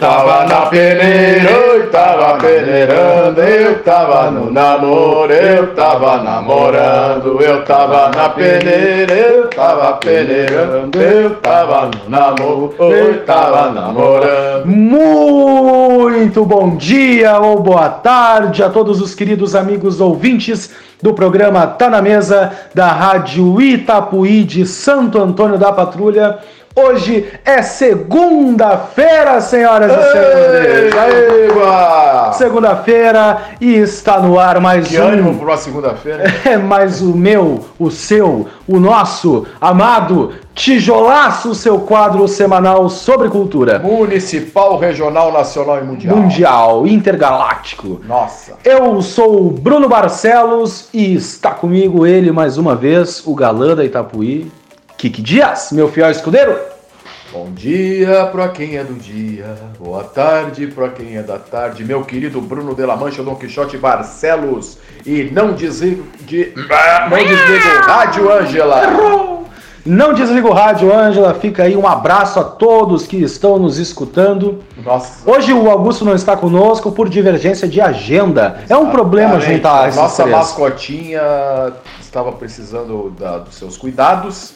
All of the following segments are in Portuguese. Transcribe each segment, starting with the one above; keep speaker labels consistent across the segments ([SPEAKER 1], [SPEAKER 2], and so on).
[SPEAKER 1] tava na peneira, eu tava peneirando, eu tava no namoro, eu tava namorando, eu tava na peneira, eu tava peneirando, eu tava no namoro, eu tava namorando.
[SPEAKER 2] Muito bom dia ou boa tarde a todos os queridos amigos ouvintes do programa Tá na Mesa da Rádio Itapuí de Santo Antônio da Patrulha. Hoje é segunda-feira, senhoras e senhores.
[SPEAKER 1] Ei, Eba!
[SPEAKER 2] Segunda-feira e está no ar mais
[SPEAKER 1] Que
[SPEAKER 2] um
[SPEAKER 1] ânimo pra uma segunda-feira.
[SPEAKER 2] É, mas o meu, o seu, o nosso, amado, tijolaço, seu quadro semanal sobre cultura
[SPEAKER 1] Municipal, regional, nacional e mundial.
[SPEAKER 2] mundial, intergaláctico.
[SPEAKER 1] Nossa.
[SPEAKER 2] Eu sou o Bruno Barcelos e está comigo ele mais uma vez, o galã da Itapuí, Kiki Dias, meu fiel escudeiro.
[SPEAKER 1] Bom dia pra quem é do dia, boa tarde pra quem é da tarde, meu querido Bruno de la Mancha, Dom Quixote Barcelos, e não desligo de... não desligo o rádio, Ângela!
[SPEAKER 2] Não desliga o rádio, Ângela, fica aí um abraço a todos que estão nos escutando.
[SPEAKER 1] Nossa,
[SPEAKER 2] Hoje o Augusto não está conosco por divergência de agenda. É um problema
[SPEAKER 1] Exatamente.
[SPEAKER 2] juntar esses
[SPEAKER 1] Nossa
[SPEAKER 2] três.
[SPEAKER 1] mascotinha estava precisando da- dos seus cuidados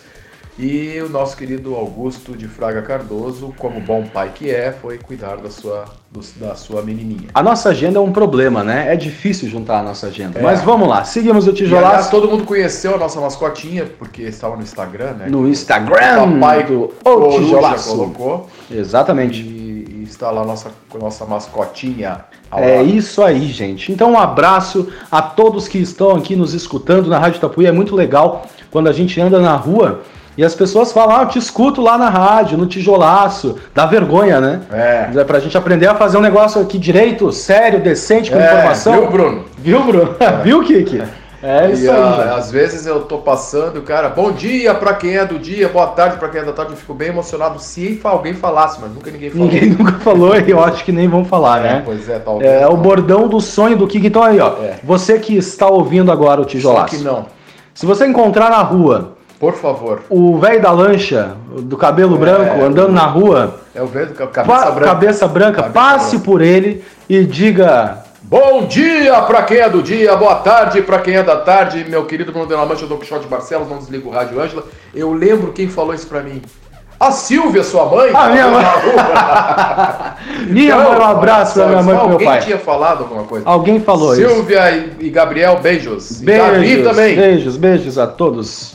[SPEAKER 1] e o nosso querido Augusto de Fraga Cardoso, como bom pai que é, foi cuidar da sua, dos- da sua menininha.
[SPEAKER 2] A nossa agenda é um problema, né? É difícil juntar a nossa agenda.
[SPEAKER 1] É.
[SPEAKER 2] Mas vamos lá, seguimos
[SPEAKER 1] E,
[SPEAKER 2] o
[SPEAKER 1] aliás,
[SPEAKER 2] tijolaço
[SPEAKER 1] todo mundo conheceu a nossa mascotinha, porque estava no Instagram, né?
[SPEAKER 2] no
[SPEAKER 1] O
[SPEAKER 2] Instagram
[SPEAKER 1] papai
[SPEAKER 2] do O
[SPEAKER 1] Coruja
[SPEAKER 2] Tijolaço.
[SPEAKER 1] colocou
[SPEAKER 2] Exatamente.
[SPEAKER 1] e, e está lá a nossa, a nossa mascotinha. ao
[SPEAKER 2] É
[SPEAKER 1] lado.
[SPEAKER 2] isso aí, gente. Então, um abraço a todos que estão aqui nos escutando na Rádio Tapuí. É muito legal quando a gente anda na rua e as pessoas falam: Ah, eu te escuto lá na rádio, no tijolaço. Dá vergonha, né?
[SPEAKER 1] É.
[SPEAKER 2] É pra gente aprender a fazer um negócio aqui direito, sério, decente, com
[SPEAKER 1] É, viu,
[SPEAKER 2] Tipo informação.
[SPEAKER 1] Bruno?
[SPEAKER 2] Viu, Bruno? viu, Kiki? É
[SPEAKER 1] E,
[SPEAKER 2] isso aí,
[SPEAKER 1] ah,
[SPEAKER 2] gente.
[SPEAKER 1] às vezes eu tô passando, cara, bom dia pra quem é do dia, boa tarde pra quem é da tarde, eu fico bem emocionado se fa- alguém falasse, mas nunca ninguém falou.
[SPEAKER 2] Ninguém nunca falou e eu acho que nem vão falar,
[SPEAKER 1] É,
[SPEAKER 2] né?
[SPEAKER 1] Pois é, talvez.
[SPEAKER 2] É, o bordão do sonho do Kiki. Então aí, ó.
[SPEAKER 1] É.
[SPEAKER 2] Você que está ouvindo agora o
[SPEAKER 1] Só
[SPEAKER 2] tijolaço.
[SPEAKER 1] que não.
[SPEAKER 2] Se você encontrar na rua
[SPEAKER 1] Por favor.
[SPEAKER 2] o velho da lancha, do cabelo branco, andando na rua,
[SPEAKER 1] É o vento É, cabeça
[SPEAKER 2] pa- cabeça branca,
[SPEAKER 1] branca. Cabeça
[SPEAKER 2] passe
[SPEAKER 1] branca.
[SPEAKER 2] por ele e diga.
[SPEAKER 1] Bom dia pra quem é do dia, boa tarde pra quem é da tarde, meu querido Bruno Delamancha, eu dou Quixote Barcelos, não desliga o rádio, Ângela. Eu lembro quem falou isso pra mim. A Silvia, sua mãe?
[SPEAKER 2] Ah, minha mãe. Minha mãe, um abraço pra
[SPEAKER 1] Só-
[SPEAKER 2] minha mãe e
[SPEAKER 1] só
[SPEAKER 2] pro
[SPEAKER 1] Então,
[SPEAKER 2] meu
[SPEAKER 1] Alguém
[SPEAKER 2] pai.
[SPEAKER 1] tinha falado alguma coisa.
[SPEAKER 2] Alguém falou isso.
[SPEAKER 1] Silvia e, e Gabriel, beijos. E Davi
[SPEAKER 2] Beijos,
[SPEAKER 1] também.
[SPEAKER 2] beijos, beijos a todos.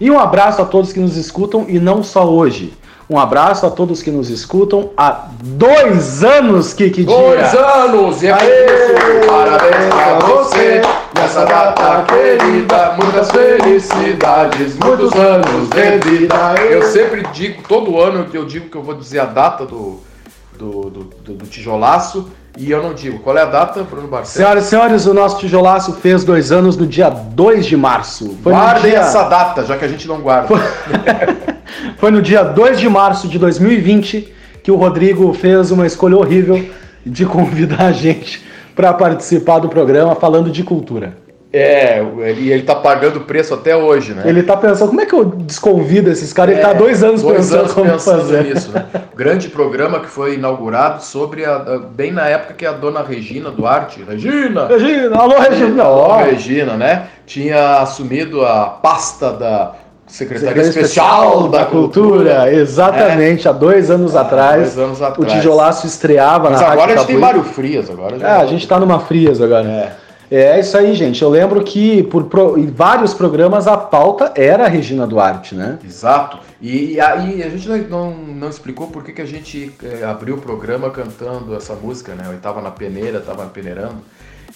[SPEAKER 2] E um abraço a todos que nos escutam e não só hoje. Um abraço a todos que nos escutam há dois anos, Kiki Dia.
[SPEAKER 1] Dois anos! E é por isso, parabéns pra você nessa data querida. Muitas felicidades, muitos anos de vida. Eu sempre digo, todo ano eu digo que eu vou dizer a data do, do, do, do- do tijolaço. E eu não digo. Qual é a data, Bruno Barcelos?
[SPEAKER 2] Senhoras e senhores, o nosso tijolaço fez dois anos no dia 2 de março. Foi no
[SPEAKER 1] Guardem
[SPEAKER 2] dia-
[SPEAKER 1] essa data, já que a gente não guarda.
[SPEAKER 2] Foi no dia 2 de março de 2020 que o Rodrigo fez uma escolha horrível de convidar a gente para participar do programa falando de cultura.
[SPEAKER 1] É, ele, ele tá pagando preço até hoje, né?
[SPEAKER 2] Ele tá pensando, como é que eu desconvido esses caras? Ele tá há dois anos
[SPEAKER 1] É, Dois
[SPEAKER 2] pensando
[SPEAKER 1] anos
[SPEAKER 2] como
[SPEAKER 1] pensando
[SPEAKER 2] fazer.
[SPEAKER 1] nisso, né? Grande programa que foi inaugurado sobre a, a- bem na época que a dona Regina Duarte, Regina,
[SPEAKER 2] Regina, alô, Regina.
[SPEAKER 1] Dona
[SPEAKER 2] Ó,
[SPEAKER 1] Regina, né, tinha assumido a pasta da Secretaria,
[SPEAKER 2] Secretaria
[SPEAKER 1] Especial da Cultura.
[SPEAKER 2] Exatamente, há dois anos atrás.
[SPEAKER 1] dois anos
[SPEAKER 2] O
[SPEAKER 1] atrás.
[SPEAKER 2] tijolaço estreava
[SPEAKER 1] Mas agora
[SPEAKER 2] na
[SPEAKER 1] a
[SPEAKER 2] Rádio
[SPEAKER 1] gente tem
[SPEAKER 2] Itapuí.
[SPEAKER 1] Mário Frias agora.
[SPEAKER 2] É, a gente tá numa frias agora.
[SPEAKER 1] É.
[SPEAKER 2] É isso aí, gente. Eu lembro que por pro- em vários programas a pauta era a Regina Duarte, né?
[SPEAKER 1] Exato. E aí a gente não, não, não explicou por que, que a gente eh, abriu o programa cantando essa música, né? Eu tava na peneira, tava peneirando.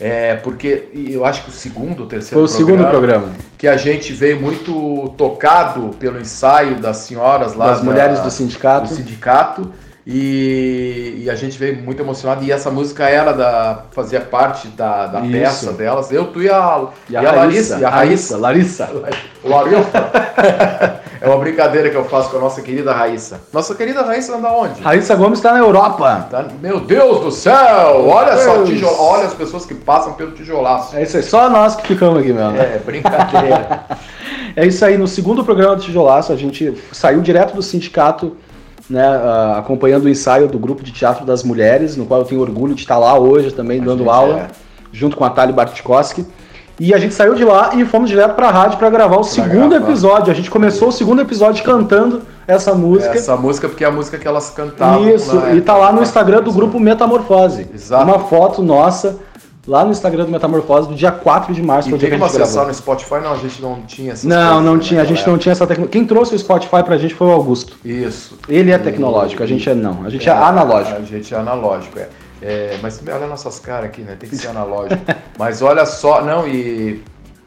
[SPEAKER 1] É, porque e eu acho que o segundo, o terceiro
[SPEAKER 2] Foi o segundo programa.
[SPEAKER 1] que a gente veio muito tocado pelo ensaio das senhoras lá
[SPEAKER 2] das
[SPEAKER 1] da-
[SPEAKER 2] mulheres do
[SPEAKER 1] do
[SPEAKER 2] sindicato.
[SPEAKER 1] sindicato. E, e a gente veio muito emocionado. E essa música era da. fazia parte da, da
[SPEAKER 2] Isso.
[SPEAKER 1] peça delas. Eu, tu e a, Larissa. E a Raíssa.
[SPEAKER 2] Larissa. Larissa.
[SPEAKER 1] Larissa. é uma brincadeira que eu faço com a nossa querida Raíssa. Nossa querida Raíssa anda onde?
[SPEAKER 2] Raíssa Gomes está na Europa.
[SPEAKER 1] Tá- Meu Deus do céu! Olha só,
[SPEAKER 2] Deus.
[SPEAKER 1] tijolo, olha as pessoas que passam pelo tijolaço.
[SPEAKER 2] É isso aí. Só nós que ficamos aqui, meu. né?
[SPEAKER 1] É, brincadeira.
[SPEAKER 2] É isso aí. No segundo programa do Tijolaço, a gente saiu direto do sindicato né, uh, acompanhando o ensaio do grupo de teatro das mulheres, no qual eu tenho orgulho de estar lá hoje também,
[SPEAKER 1] A
[SPEAKER 2] dando
[SPEAKER 1] gente
[SPEAKER 2] aula,
[SPEAKER 1] é.
[SPEAKER 2] junto com a Thalia Bartkowski. E a gente saiu de lá e fomos direto pra rádio para gravar o segundo
[SPEAKER 1] gravar.
[SPEAKER 2] episódio. A gente começou o segundo episódio cantando essa música.
[SPEAKER 1] Essa música, porque é a música que elas cantavam.
[SPEAKER 2] Isso,
[SPEAKER 1] na
[SPEAKER 2] e tá lá no
[SPEAKER 1] época.
[SPEAKER 2] Instagram do grupo Metamorfose.
[SPEAKER 1] Exato.
[SPEAKER 2] Uma foto nossa lá no Instagram do Metamorfose do dia 4 de março, que é
[SPEAKER 1] E
[SPEAKER 2] o dia
[SPEAKER 1] tem
[SPEAKER 2] que a
[SPEAKER 1] como
[SPEAKER 2] gente
[SPEAKER 1] acessar
[SPEAKER 2] gravou.
[SPEAKER 1] no Spotify? Não, a gente não tinha essas
[SPEAKER 2] Não,
[SPEAKER 1] coisas,
[SPEAKER 2] não
[SPEAKER 1] né,
[SPEAKER 2] tinha, a gente
[SPEAKER 1] galera?
[SPEAKER 2] não tinha essa tecnologia. Quem trouxe o Spotify pra gente foi o Augusto.
[SPEAKER 1] Isso.
[SPEAKER 2] Ele é tecnológico, a gente é não, a gente é, analógico.
[SPEAKER 1] A gente é analógico, é. É, mas olha nossas caras aqui, né? Tem que ser analógico. mas olha só, não, e.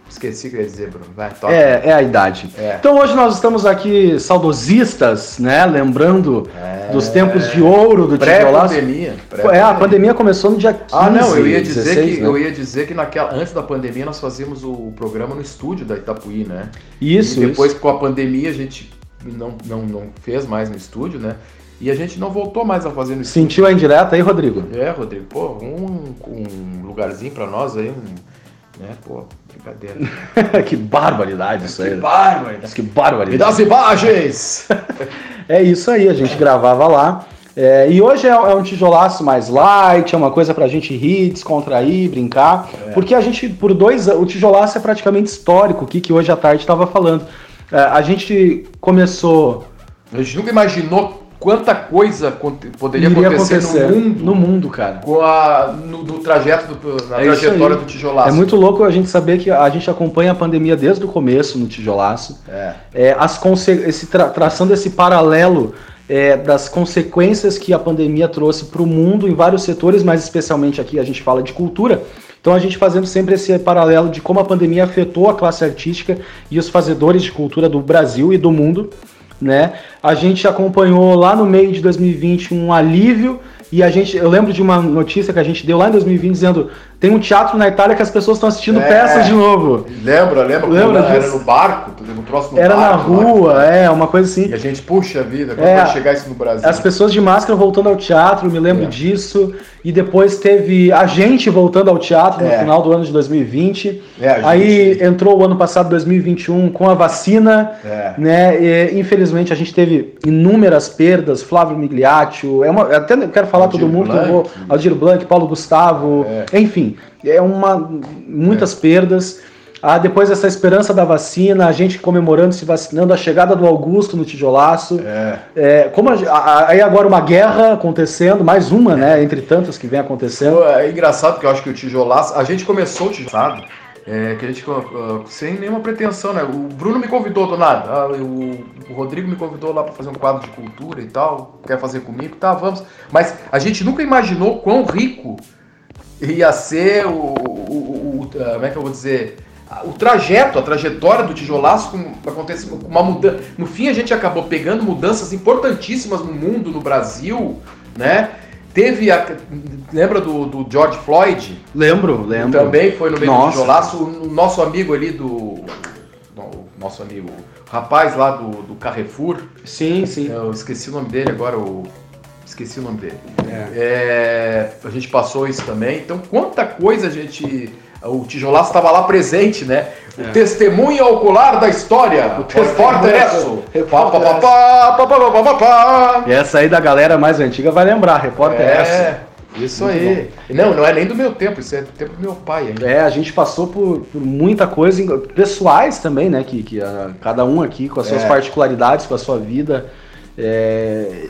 [SPEAKER 1] Esqueci o que eu ia dizer, Bruno. Vai, toca.
[SPEAKER 2] É, é a idade.
[SPEAKER 1] É.
[SPEAKER 2] Então hoje nós estamos aqui saudosistas, né? Lembrando
[SPEAKER 1] É.
[SPEAKER 2] dos tempos de ouro do Tijolaço.
[SPEAKER 1] Pré-pandemia.
[SPEAKER 2] É, a
[SPEAKER 1] pré-pandemia.
[SPEAKER 2] pandemia começou no dia 15,
[SPEAKER 1] Ah, não, eu ia dizer
[SPEAKER 2] 16,
[SPEAKER 1] que
[SPEAKER 2] né?
[SPEAKER 1] eu ia dizer que naquela antes da pandemia nós fazíamos o programa no estúdio da Itapuí, né?
[SPEAKER 2] Isso,
[SPEAKER 1] E depois
[SPEAKER 2] isso.
[SPEAKER 1] com a pandemia a gente não, não, não fez mais no estúdio, né? E a gente não voltou mais a fazer no estúdio.
[SPEAKER 2] Sentiu a indireta aí, Rodrigo?
[SPEAKER 1] É, Rodrigo, pô, um, um lugarzinho pra nós aí, um, né? Pô, brincadeira.
[SPEAKER 2] que barbaridade isso aí.
[SPEAKER 1] bárbaro!
[SPEAKER 2] Mas que barbaridade.
[SPEAKER 1] Me dá as imagens!
[SPEAKER 2] É isso aí, a gente gravava lá. É, e hoje é, é um tijolaço mais light, é uma coisa pra gente rir, descontrair, brincar.
[SPEAKER 1] É.
[SPEAKER 2] Porque a gente, por dois anos, o tijolaço é praticamente histórico, o que, que hoje à tarde estava falando. É, a gente começou.
[SPEAKER 1] A gente nunca imaginou quanta coisa aconte- poderia
[SPEAKER 2] iria
[SPEAKER 1] acontecer, no mundo
[SPEAKER 2] No mundo, cara.
[SPEAKER 1] com a, no, do trajeto, do, na
[SPEAKER 2] É isso
[SPEAKER 1] trajetória
[SPEAKER 2] aí.
[SPEAKER 1] do tijolaço.
[SPEAKER 2] É muito louco a gente saber que a gente acompanha a pandemia desde o começo no tijolaço.
[SPEAKER 1] É.
[SPEAKER 2] é, as conse- esse tra- traçando esse paralelo é, das consequências que a pandemia trouxe para o mundo em vários setores, mas especialmente aqui a gente fala de cultura. Então a gente fazendo sempre esse paralelo de como a pandemia afetou a classe artística e os fazedores de cultura do Brasil e do mundo, né? A gente acompanhou lá no meio de 2020 um alívio e a gente, eu lembro de uma notícia que a gente deu lá em 2020 dizendo tem um teatro na Itália que as pessoas estão assistindo
[SPEAKER 1] É.
[SPEAKER 2] peças de novo.
[SPEAKER 1] Lembra, lembra? quando
[SPEAKER 2] Lembra
[SPEAKER 1] era
[SPEAKER 2] disso?
[SPEAKER 1] no barco, tu lembra? um troço no
[SPEAKER 2] Era na
[SPEAKER 1] barco, lá,
[SPEAKER 2] rua, é uma coisa assim.
[SPEAKER 1] E a gente, puxa vida, quando
[SPEAKER 2] É.
[SPEAKER 1] vai chegar isso no Brasil?
[SPEAKER 2] As pessoas de máscara voltando ao teatro, me lembro
[SPEAKER 1] É.
[SPEAKER 2] disso. E depois teve a gente voltando ao teatro no
[SPEAKER 1] É.
[SPEAKER 2] final do ano de 2020.
[SPEAKER 1] É, a gente-
[SPEAKER 2] Aí entrou o ano passado, 2021, com a vacina.
[SPEAKER 1] É.
[SPEAKER 2] Né? E, infelizmente a gente teve inúmeras perdas, Flávio Migliaccio, é uma, até não quero falar
[SPEAKER 1] Aldir
[SPEAKER 2] todo mundo, que eu vou,
[SPEAKER 1] Blanc.
[SPEAKER 2] Aldir Blanc, Paulo Gustavo, enfim, é uma muitas
[SPEAKER 1] É.
[SPEAKER 2] perdas. Ah, depois essa esperança da vacina, a gente comemorando, se vacinando, a chegada do Augusto no tijolaço.
[SPEAKER 1] É.
[SPEAKER 2] É, como a- a- aí agora uma guerra acontecendo, mais uma,
[SPEAKER 1] É.
[SPEAKER 2] né? Entre tantas que vem acontecendo.
[SPEAKER 1] Pô, é engraçado porque eu acho que o tijolaço. A gente começou o tijolaço, é, que a gente. ah, sem nenhuma pretensão, né? O Bruno me convidou do nada. ah, o, o Rodrigo me convidou lá pra fazer um quadro de cultura e tal. Quer fazer comigo? Tá, vamos. Mas a gente nunca imaginou quão rico ia ser o. o- o- o- ah, como é que eu vou dizer? Ah, O trajeto, a trajetória do tijolaço com, acontece com uma mudança. No fim, a gente acabou pegando mudanças importantíssimas no mundo, no Brasil, né? Teve a. Lembra do, do George Floyd?
[SPEAKER 2] Lembro, lembro.
[SPEAKER 1] Também foi no meio
[SPEAKER 2] Nossa.
[SPEAKER 1] do tijolaço. O nosso amigo ali do. no- Nosso amigo. O rapaz lá do, do Carrefour.
[SPEAKER 2] Sim, sim.
[SPEAKER 1] Eu esqueci o nome dele agora, o. Esqueci o nome dele. É, a gente passou isso também. Então, quanta coisa a gente. O tijolaço estava lá presente, né? O
[SPEAKER 2] É.
[SPEAKER 1] testemunho ocular da história. O repórter isso.
[SPEAKER 2] Repórter
[SPEAKER 1] Pá, pá, pá, pá, pá, pá, pá, pá.
[SPEAKER 2] E Essa aí da galera mais antiga vai lembrar, repórter essa.
[SPEAKER 1] É, isso aí. Não, não é nem do meu tempo, isso é do tempo do meu pai ainda.
[SPEAKER 2] É, a gente passou por, por muita coisa, em- pessoais também, né? Que, que ah, cada um aqui com as suas
[SPEAKER 1] É.
[SPEAKER 2] particularidades, com a sua vida. É,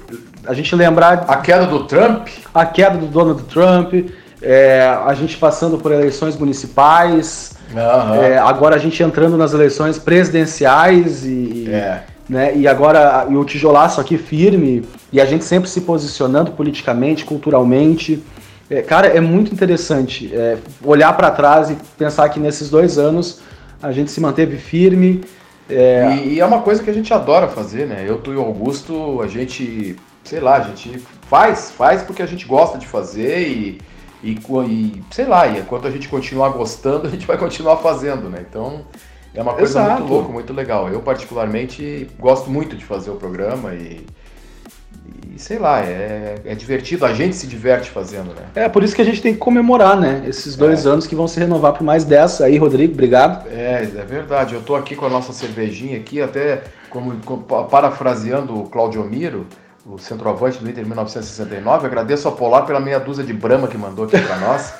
[SPEAKER 2] a gente lembrar
[SPEAKER 1] A queda do Trump.
[SPEAKER 2] a queda do Donald Trump, é, a gente passando por eleições municipais,
[SPEAKER 1] Aham.
[SPEAKER 2] É, agora a gente entrando nas eleições presidenciais e, e,
[SPEAKER 1] É.
[SPEAKER 2] né, e agora e o tijolaço aqui firme e a gente sempre se posicionando politicamente, culturalmente. É, cara, é muito interessante é, olhar para trás e pensar que nesses dois anos a gente se manteve firme.
[SPEAKER 1] E, e é uma coisa que a gente adora fazer, né? Eu, tu e o Augusto, a gente, sei lá, a gente faz, faz porque a gente gosta de fazer e, e, co- e, sei lá, e enquanto a gente continuar gostando, a gente vai continuar fazendo, né? Então é uma coisa
[SPEAKER 2] Exato.
[SPEAKER 1] muito louca, muito legal. Eu, particularmente, gosto muito de fazer o programa e, e sei lá, é, é divertido, a gente se diverte fazendo, né?
[SPEAKER 2] É por isso que a gente tem que comemorar, né? Esses dois anos que vão se renovar por mais dessa aí, Rodrigo. Obrigado.
[SPEAKER 1] É, é verdade. Eu tô aqui com a nossa cervejinha aqui, até como, como- parafraseando o Claudio Miro, o centroavante do Inter em 1969. Agradeço a Polar pela meia dúzia de brama que mandou aqui para nós.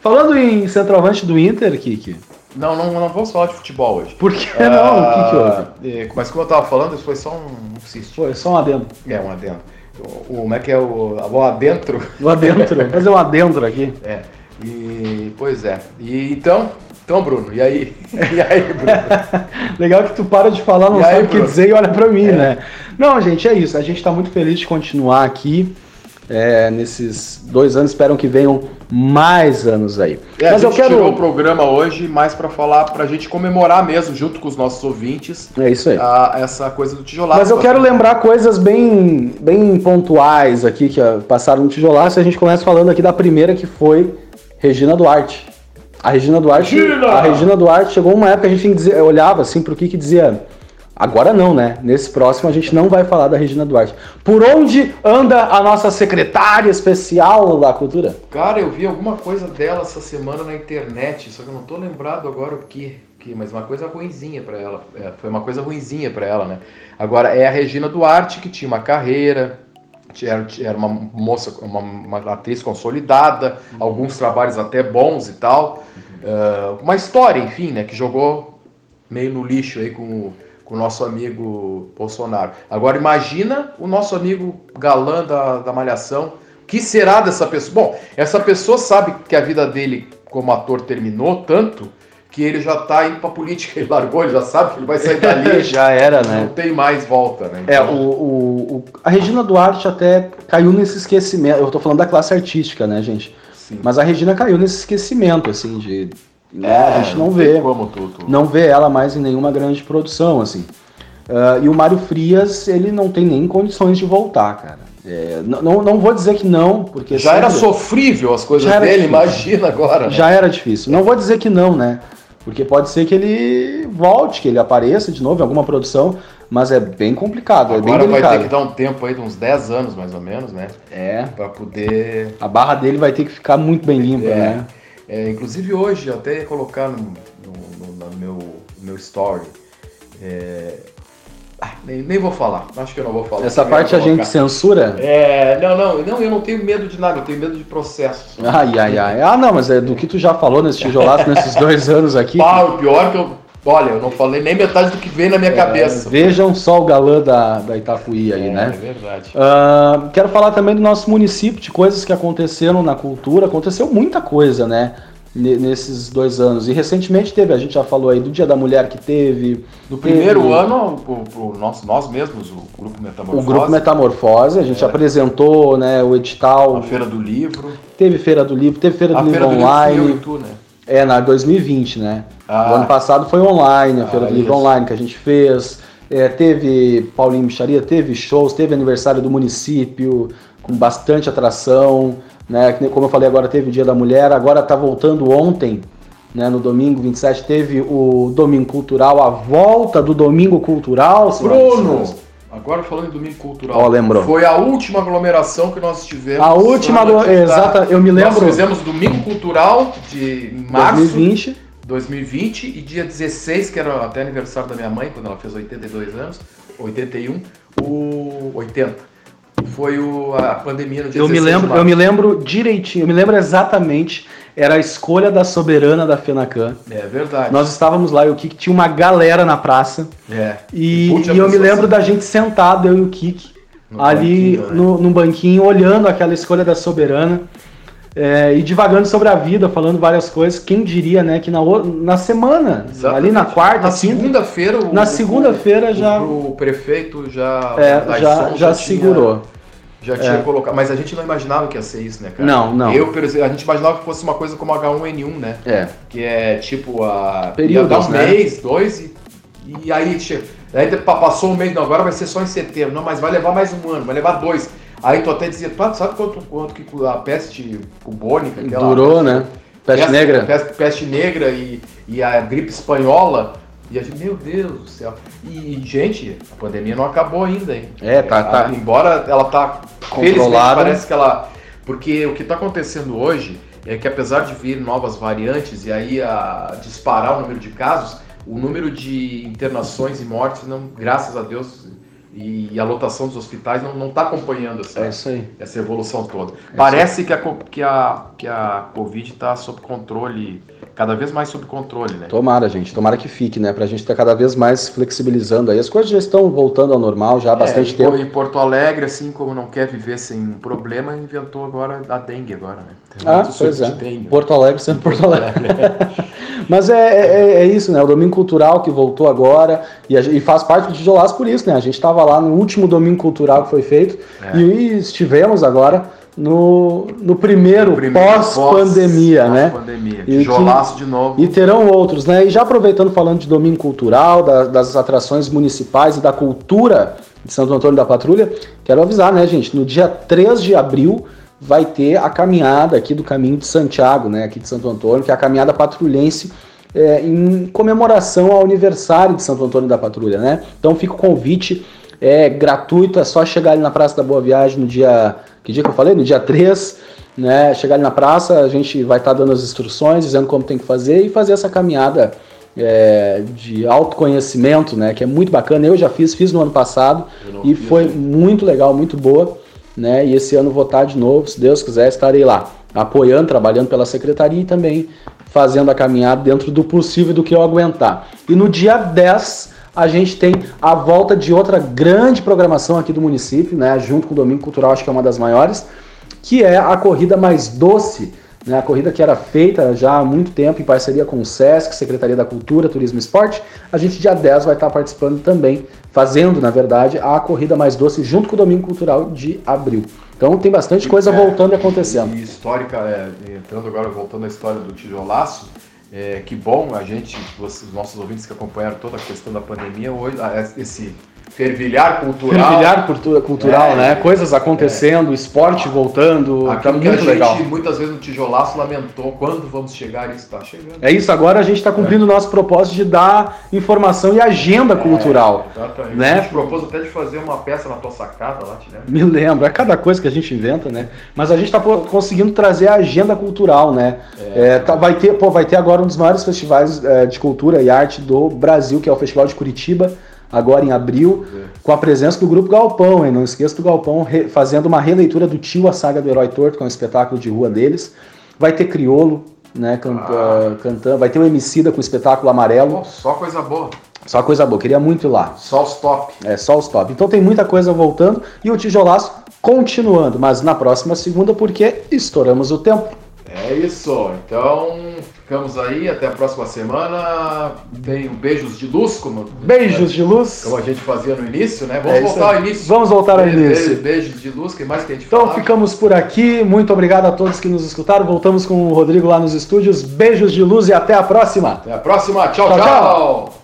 [SPEAKER 2] Falando em centroavante do Inter, Kiki.
[SPEAKER 1] Não, não, não vamos falar de futebol hoje.
[SPEAKER 2] Por que É,
[SPEAKER 1] Ah.
[SPEAKER 2] não? O que que houve?
[SPEAKER 1] que houve? Mas como eu tava falando, isso foi só um, um cisto.
[SPEAKER 2] Foi só um adendo.
[SPEAKER 1] É, um adendo. O, o- como é que é o, o adentro?
[SPEAKER 2] Um adentro. Vou fazer um adentro aqui.
[SPEAKER 1] É. E, pois é. E então, então, Bruno, e aí? E aí, Bruno?
[SPEAKER 2] Legal que tu para de falar, não
[SPEAKER 1] E aí, É.
[SPEAKER 2] sabe o que
[SPEAKER 1] Bruno?
[SPEAKER 2] dizer e olha pra mim, né? Não, gente, é isso. A gente tá muito feliz de continuar aqui. é, nesses dois anos, esperam que venham mais anos aí.
[SPEAKER 1] É,
[SPEAKER 2] Mas
[SPEAKER 1] a
[SPEAKER 2] eu
[SPEAKER 1] gente tirou o
[SPEAKER 2] quero.
[SPEAKER 1] programa hoje mais para falar, pra gente comemorar mesmo, junto com os nossos ouvintes,
[SPEAKER 2] É isso aí.
[SPEAKER 1] a- essa coisa do tijolado.
[SPEAKER 2] Mas eu quero lembrar coisas bem, bem pontuais aqui que ó, passaram no tijolaço e a gente começa falando aqui da primeira que foi Regina Duarte. A Regina Duarte,
[SPEAKER 1] Regina!
[SPEAKER 2] a Regina Duarte chegou uma época que a gente dizia- olhava assim pro que que dizia. Agora não, né? Nesse próximo a gente não vai falar da Regina Duarte. Por onde anda a nossa secretária especial da cultura?
[SPEAKER 1] Cara, eu vi alguma coisa dela essa semana na internet, só que eu não tô lembrado agora o que. que mas uma coisa ruinzinha pra ela. É, foi uma coisa ruinzinha pra ela, né? Agora, é a Regina Duarte, que tinha uma carreira, tinha- era uma moça, uma, uma atriz consolidada, alguns trabalhos até bons e tal. É, uma história, enfim, né? Que jogou meio no lixo aí com o. Com o nosso amigo Bolsonaro. Agora imagina o nosso amigo galã da, da Malhação, que será dessa pessoa? Bom, essa pessoa sabe que a vida dele como ator terminou tanto que ele já tá indo pra política, ele largou, ele já sabe que ele vai sair dali, já
[SPEAKER 2] era,
[SPEAKER 1] não tem mais volta, né?
[SPEAKER 2] né? É, o, o- o- a Regina Duarte até caiu nesse esquecimento. Eu tô falando da classe artística, né, gente?
[SPEAKER 1] Sim.
[SPEAKER 2] Mas a Regina caiu nesse esquecimento, assim, de.
[SPEAKER 1] É,
[SPEAKER 2] a gente não
[SPEAKER 1] tem
[SPEAKER 2] vê.
[SPEAKER 1] Como tu, tu-
[SPEAKER 2] Não vê ela mais em nenhuma grande produção, assim. Ah, e o Mário Frias, ele não tem nem condições de voltar, cara. É, não, não- não vou dizer que não, porque.
[SPEAKER 1] Já era
[SPEAKER 2] sempre-
[SPEAKER 1] sofrível as coisas
[SPEAKER 2] Já era
[SPEAKER 1] dele,
[SPEAKER 2] difícil.
[SPEAKER 1] imagina agora. né?
[SPEAKER 2] Já era difícil. Não vou dizer que não, né? Porque pode ser que ele volte, que ele apareça de novo em alguma produção, mas é bem complicado, é bem
[SPEAKER 1] Agora vai ter
[SPEAKER 2] delicado.
[SPEAKER 1] que dar um tempo aí de uns 10 anos mais ou menos, né?
[SPEAKER 2] É,
[SPEAKER 1] Pra poder
[SPEAKER 2] a barra dele vai ter que ficar muito bem limpa,
[SPEAKER 1] É.
[SPEAKER 2] né?
[SPEAKER 1] É, inclusive hoje, eu até ia colocar no, no- no- no meu, no meu story. É, ah, nem, nem vou falar, acho que eu não vou falar.
[SPEAKER 2] Essa
[SPEAKER 1] Eu ia
[SPEAKER 2] parte a gente
[SPEAKER 1] colocar.
[SPEAKER 2] censura.
[SPEAKER 1] É, não, não, não, eu não tenho medo de nada, eu tenho medo de processos.
[SPEAKER 2] Ai, ai, ai. Ah, não, mas é do que tu já falou nesse tijolaço nesses dois anos aqui.
[SPEAKER 1] Pá, o pior é que eu. Olha, eu não falei nem metade do que veio na
[SPEAKER 2] É,
[SPEAKER 1] minha cabeça.
[SPEAKER 2] Vejam só o galã da, da Itapuí aí,
[SPEAKER 1] É, é
[SPEAKER 2] né?
[SPEAKER 1] verdade.
[SPEAKER 2] Ah, quero falar também do nosso município, de coisas que aconteceram na cultura. Aconteceu muita coisa, né? ne- Nesses dois anos. E recentemente teve, a gente já falou aí do Dia da Mulher que teve,
[SPEAKER 1] No primeiro
[SPEAKER 2] teve-
[SPEAKER 1] ano, pro, pro nosso, nós mesmos, o Grupo
[SPEAKER 2] o
[SPEAKER 1] Metamorfose, É.
[SPEAKER 2] Grupo Metamorfose, a gente apresentou né, o
[SPEAKER 1] a
[SPEAKER 2] edital,
[SPEAKER 1] Feira do Livro,
[SPEAKER 2] teve Feira do Livro, teve Feira do
[SPEAKER 1] a
[SPEAKER 2] Livro
[SPEAKER 1] Feira do
[SPEAKER 2] Online.
[SPEAKER 1] Livro fui eu e tu, né?
[SPEAKER 2] É, na 2020, né?
[SPEAKER 1] Ah.
[SPEAKER 2] O ano passado foi online, a Feira
[SPEAKER 1] Ah,
[SPEAKER 2] do Livro
[SPEAKER 1] isso.
[SPEAKER 2] online que a gente fez. É, teve Paulinho Bicharia, teve shows, teve aniversário do município, com bastante atração, né? Que nem- Como eu falei agora, teve o Dia da Mulher, agora tá voltando ontem, né? No domingo 27, teve o Domingo Cultural, a volta do Domingo Cultural. senhoras e
[SPEAKER 1] Bruno!
[SPEAKER 2] senhores.
[SPEAKER 1] Agora falando em domingo cultural.
[SPEAKER 2] Ó, lembrou.
[SPEAKER 1] Foi a última aglomeração que nós tivemos.
[SPEAKER 2] A última, aglo-
[SPEAKER 1] Tá.
[SPEAKER 2] exata, eu me
[SPEAKER 1] Nós
[SPEAKER 2] lembro,
[SPEAKER 1] fizemos domingo cultural de março de
[SPEAKER 2] 2020,
[SPEAKER 1] 2020 e dia 16, que era até aniversário da minha mãe, quando ela fez 82 anos, 81, o 80. Foi o, a pandemia no dia
[SPEAKER 2] Eu me
[SPEAKER 1] 16 de
[SPEAKER 2] lembro, eu
[SPEAKER 1] março.
[SPEAKER 2] me lembro direitinho, eu me lembro exatamente. Era a escolha da soberana da Fenacan.
[SPEAKER 1] É verdade.
[SPEAKER 2] Nós estávamos lá e o Kik tinha uma galera na praça.
[SPEAKER 1] É.
[SPEAKER 2] E,
[SPEAKER 1] Puta
[SPEAKER 2] e eu me
[SPEAKER 1] pessoa
[SPEAKER 2] lembro da gente sentado, eu e o Kik,
[SPEAKER 1] No
[SPEAKER 2] ali
[SPEAKER 1] banquinho, né?
[SPEAKER 2] no, num banquinho, olhando aquela escolha da soberana. é, e divagando sobre a vida, falando várias coisas. Quem diria, né, que na, o- na semana,
[SPEAKER 1] Exatamente.
[SPEAKER 2] ali na
[SPEAKER 1] Na
[SPEAKER 2] quarta, quinta,
[SPEAKER 1] segunda-feira. o-
[SPEAKER 2] na segunda-feira
[SPEAKER 1] o-
[SPEAKER 2] já,
[SPEAKER 1] O prefeito já.
[SPEAKER 2] é,
[SPEAKER 1] da
[SPEAKER 2] já,
[SPEAKER 1] Edson
[SPEAKER 2] já
[SPEAKER 1] tinha-
[SPEAKER 2] segurou. É.
[SPEAKER 1] Já tinha colocado. Mas a gente não imaginava que ia ser isso, né, cara?
[SPEAKER 2] Não, não.
[SPEAKER 1] Eu, por exemplo, a gente imaginava que fosse uma coisa como H1N1, né?
[SPEAKER 2] É.
[SPEAKER 1] Que é tipo a.
[SPEAKER 2] Períodos,
[SPEAKER 1] ia dar um
[SPEAKER 2] né?
[SPEAKER 1] mês, dois e. E aí, che... aí pa- passou um mês, não, agora vai ser só em setembro. Não, mas vai levar mais um ano, vai levar dois. Aí tu até dizia, "Pá, sabe quanto, quanto que a peste bubônica, aquela
[SPEAKER 2] Durou, né? Peste negra.
[SPEAKER 1] Peste, peste negra e, e a gripe espanhola. E a gente, meu Deus do céu. E, gente, a pandemia não acabou ainda, hein?
[SPEAKER 2] É, tá-
[SPEAKER 1] A-
[SPEAKER 2] tá.
[SPEAKER 1] Embora ela tá
[SPEAKER 2] Controlada.
[SPEAKER 1] felizmente, Parece que ela. Porque o que tá acontecendo hoje é que apesar de vir novas variantes e aí a disparar o número de casos, o número de internações e mortes, não, graças a Deus, E a lotação dos hospitais não está acompanhando assim. essa,
[SPEAKER 3] É isso aí.
[SPEAKER 1] essa evolução
[SPEAKER 2] É
[SPEAKER 1] toda. Parece que a, co- que, a, que a Covid está sob controle, cada vez mais sob controle, né?
[SPEAKER 2] Tomara, gente, tomara que fique, né? Pra gente estar cada vez mais flexibilizando aí. As coisas já estão voltando ao normal já há bastante
[SPEAKER 1] É,
[SPEAKER 2] tempo.
[SPEAKER 1] Em Porto Alegre, assim como não quer viver sem um problema, inventou agora a dengue agora, né? Tem
[SPEAKER 2] Ah,
[SPEAKER 1] muito surto
[SPEAKER 2] pois é.
[SPEAKER 1] de dengue.
[SPEAKER 2] Porto Alegre sendo Porto Alegre. Mas é, é- é isso, né? O domingo cultural que voltou agora e, a gen- e faz parte do Tijolás por isso, né? A gente estava lá no último domingo cultural que foi feito
[SPEAKER 1] É.
[SPEAKER 2] e, e estivemos agora no, no primeiro, pós-pandemia, né?
[SPEAKER 1] Pós-pandemia.
[SPEAKER 2] E
[SPEAKER 1] Tijolaço de novo.
[SPEAKER 2] E terão outros, né? E já aproveitando, falando de domingo cultural, da- das atrações municipais e da cultura de Santo Antônio da Patrulha, quero avisar, né, gente? No dia 3 de abril vai ter a caminhada aqui do Caminho de Santiago, né? Aqui de Santo Antônio, que é a caminhada patrulhense é, em comemoração ao aniversário de Santo Antônio da Patrulha, né? Então fica o convite, é gratuito, é só chegar ali na Praça da Boa Viagem no dia. Que dia que eu falei? No dia 3 né, chegar ali na praça, a gente vai estar dando as instruções, dizendo como tem que fazer e fazer essa caminhada é, de autoconhecimento, né, que é muito bacana. Eu já fiz, fiz no ano passado
[SPEAKER 1] Eu não
[SPEAKER 2] e
[SPEAKER 1] vi,
[SPEAKER 2] foi
[SPEAKER 1] né?
[SPEAKER 2] muito legal, muito boa, né, e esse ano vou estar de novo, se Deus quiser, estarei lá, apoiando, trabalhando pela secretaria e também fazendo a caminhada dentro do possível do que eu aguentar. E no dia 10 a gente tem a volta de outra grande programação aqui do município, né, junto com o Domingo Cultural, acho que é uma das maiores, que é a corrida mais doce, né? A corrida que era feita já há muito tempo em parceria com o SESC, Secretaria da Cultura, Turismo e Esporte. A gente dia 10 vai estar participando também, fazendo, na verdade, a corrida mais doce junto com o Domingo Cultural de abril. Então tem bastante coisa
[SPEAKER 1] É.
[SPEAKER 2] voltando e acontecendo.
[SPEAKER 1] E histórica, é, entrando agora, voltando à história do tijolaço, é, que bom a gente, vocês, nossos ouvintes que acompanharam toda a questão da pandemia, hoje, a- esse fervilhar cultural,
[SPEAKER 2] Fervilhar cultura- cultural,
[SPEAKER 1] É.
[SPEAKER 2] né? Coisas acontecendo, esporte voltando, tá
[SPEAKER 1] aquilo que a
[SPEAKER 2] muito
[SPEAKER 1] gente
[SPEAKER 2] legal.
[SPEAKER 1] muitas vezes no tijolaço lamentou, quando vamos chegar, isso está chegando.
[SPEAKER 2] É isso, agora a gente está cumprindo o nosso propósito de dar informação e
[SPEAKER 1] É.
[SPEAKER 2] agenda cultural.
[SPEAKER 1] Exatamente.
[SPEAKER 2] Né?
[SPEAKER 1] A gente propôs até de fazer uma peça na tua sacada lá, te lembra?
[SPEAKER 2] Me lembro, é cada coisa que a gente inventa, né? Mas a gente tá pô, conseguindo trazer a agenda cultural, né? É, tá- vai, ter, pô, vai ter agora um dos maiores festivais é, de cultura e arte do Brasil, que é o Festival de Curitiba, agora em abril, com a presença do Grupo Galpão, hein? Não esqueça do Galpão re- fazendo uma releitura do Tio, a Saga do Herói Torto, que é um espetáculo de rua deles. Vai ter Criolo, né? canta-
[SPEAKER 1] Ah.
[SPEAKER 2] Cantando. Vai ter o Emicida com o espetáculo amarelo.
[SPEAKER 1] Bom, só coisa boa.
[SPEAKER 2] Só coisa boa, queria muito ir lá.
[SPEAKER 1] Só os top.
[SPEAKER 2] É só os top. Então tem muita coisa voltando e o tijolaço continuando, mas na próxima segunda porque estouramos o tempo.
[SPEAKER 1] É isso. Então, ficamos aí. Até a próxima semana. Tem um beijos de luz, como,
[SPEAKER 2] Beijos de luz.
[SPEAKER 1] como a gente fazia no início, né? Vamos
[SPEAKER 2] É isso
[SPEAKER 1] voltar
[SPEAKER 2] aí.
[SPEAKER 1] ao início.
[SPEAKER 2] Vamos voltar ao
[SPEAKER 1] Be-
[SPEAKER 2] início.
[SPEAKER 1] be- Beijos de luz, que mais que a gente
[SPEAKER 2] Então
[SPEAKER 1] falava?
[SPEAKER 2] ficamos por aqui. Muito obrigado a todos que nos escutaram. Voltamos com o Rodrigo lá nos estúdios. Beijos de luz e até a próxima.
[SPEAKER 1] Até a próxima.
[SPEAKER 2] Tchau,
[SPEAKER 1] tchau.
[SPEAKER 2] tchau.
[SPEAKER 1] tchau.